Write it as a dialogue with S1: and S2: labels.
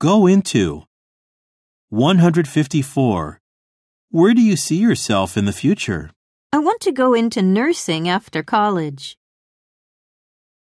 S1: Go into. 154. Where do you see yourself in the future?
S2: I want to go into nursing after college.